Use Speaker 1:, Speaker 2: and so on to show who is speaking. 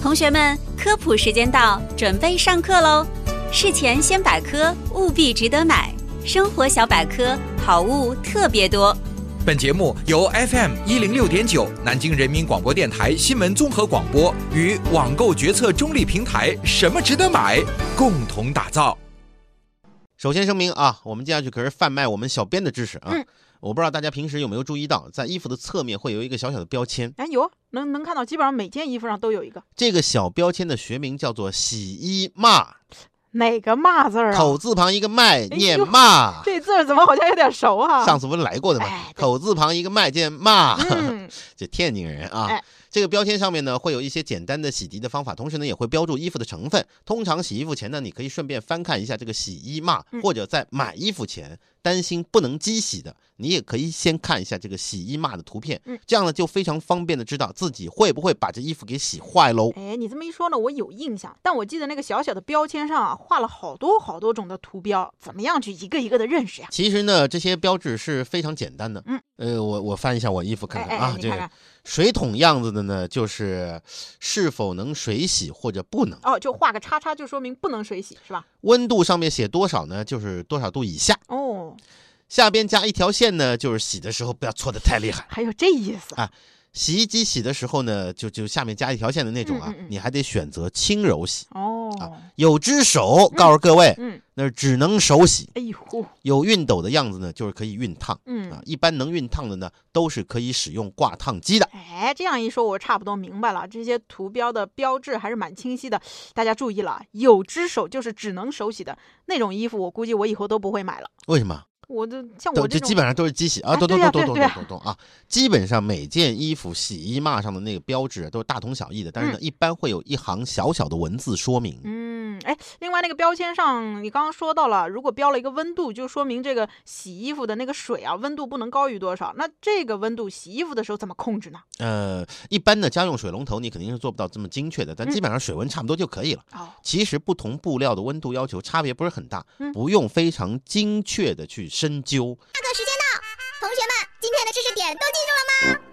Speaker 1: 同学们，科普时间到，准备上课喽！事前先百科，务必值得买。生活小百科，好物特别多。
Speaker 2: 本节目由 FM 一零六点九南京人民广播电台新闻综合广播与网购决策中立平台“什么值得买”共同打造。
Speaker 3: 首先声明啊，我们接下去可是贩卖我们小编的知识啊。
Speaker 4: 嗯
Speaker 3: 我不知道大家平时有没有注意到，在衣服的侧面会有一个小小的标签，
Speaker 4: 哎，有能能看到，基本上每件衣服上都有一个。
Speaker 3: 这个小标签的学名叫做洗衣骂，
Speaker 4: 哪个骂字儿啊？
Speaker 3: 口字旁一个麦，念
Speaker 4: 呦
Speaker 3: 骂。
Speaker 4: 这字儿怎么好像有点熟啊？
Speaker 3: 上次不是来过的吗
Speaker 4: 哎？对
Speaker 3: 口字旁一个麦，见骂。
Speaker 4: 嗯，
Speaker 3: 这天津人啊
Speaker 4: 哎，
Speaker 3: 这个标签上面呢会有一些简单的洗涤的方法，同时呢也会标注衣服的成分。通常洗衣服前呢，你可以顺便翻看一下这个洗衣码，
Speaker 4: 嗯
Speaker 3: 或者在买衣服前担心不能机洗的，你也可以先看一下这个洗衣码的图片
Speaker 4: 嗯，
Speaker 3: 这样呢就非常方便的知道自己会不会把这衣服给洗坏喽。
Speaker 4: 哎，你这么一说呢，我有印象，但我记得那个小小的标签上啊，画了好多好多种的图标，怎么样去一个一个的认识呀、
Speaker 3: 其实呢，这些标志是非常简单的。
Speaker 4: 嗯，
Speaker 3: 呃，我我翻一下我衣服看
Speaker 4: 哎
Speaker 3: 看
Speaker 4: 哎哎
Speaker 3: 啊，
Speaker 4: 你
Speaker 3: 这
Speaker 4: 看
Speaker 3: 个
Speaker 4: 看
Speaker 3: 水桶样子的呢，就是是否能水洗或者不能。
Speaker 4: 哦，就画个叉叉，就说明不能水洗是吧？
Speaker 3: 温度上面写多少呢？就是多少度以下。
Speaker 4: 哦，
Speaker 3: 下边加一条线呢，就是洗的时候不要搓得太厉害。
Speaker 4: 还有这意思
Speaker 3: 啊。洗衣机洗的时候呢，就就下面加一条线的那种啊，
Speaker 4: 嗯嗯嗯
Speaker 3: 你还得选择轻柔洗。
Speaker 4: 哦，
Speaker 3: 有只手告诉各位，
Speaker 4: 嗯，
Speaker 3: 那是只能手洗。
Speaker 4: 哎呦，
Speaker 3: 有熨斗的样子呢，就是可以熨烫。啊
Speaker 4: 嗯，，
Speaker 3: 一般能熨烫的呢，都是可以使用挂烫机的。
Speaker 4: 哎，这样一说，我差不多明白了，这些图标的标志还是蛮清晰的。大家注意了，有只手就是只能手洗的那种衣服，我估计我以后都不会买了。
Speaker 3: 为什么？
Speaker 4: 我的像
Speaker 3: 都
Speaker 4: 我
Speaker 3: 这
Speaker 4: 这
Speaker 3: 基
Speaker 4: 种，
Speaker 3: 本上都是机洗啊，
Speaker 4: 哎
Speaker 3: 咚咚
Speaker 4: 对
Speaker 3: 咚
Speaker 4: 呀
Speaker 3: 咚
Speaker 4: 对
Speaker 3: 咚
Speaker 4: 对
Speaker 3: 咚
Speaker 4: 呀
Speaker 3: 咚咚啊！基本上每件衣服洗衣码上的那个标志啊都是大同小异的，但是呢，一般会有一行小小的文字说明。
Speaker 4: 嗯，哎，另外那个标签上，你刚刚说到了，如果标了一个温度，就说明这个洗衣服的那个水啊，温度不能高于多少。那这个温度洗衣服的时候怎么控制呢？
Speaker 3: 呃，一般的家用水龙头你肯定是做不到这么精确的，但
Speaker 4: 嗯
Speaker 3: 基本上水温差不多就可以了。
Speaker 4: 哦，
Speaker 3: 其实不同布料的温度要求差别不是很大，
Speaker 4: 嗯
Speaker 3: 不用非常精确的去深究。
Speaker 5: 上课时间到，同学们，今天的知识点都记住了吗？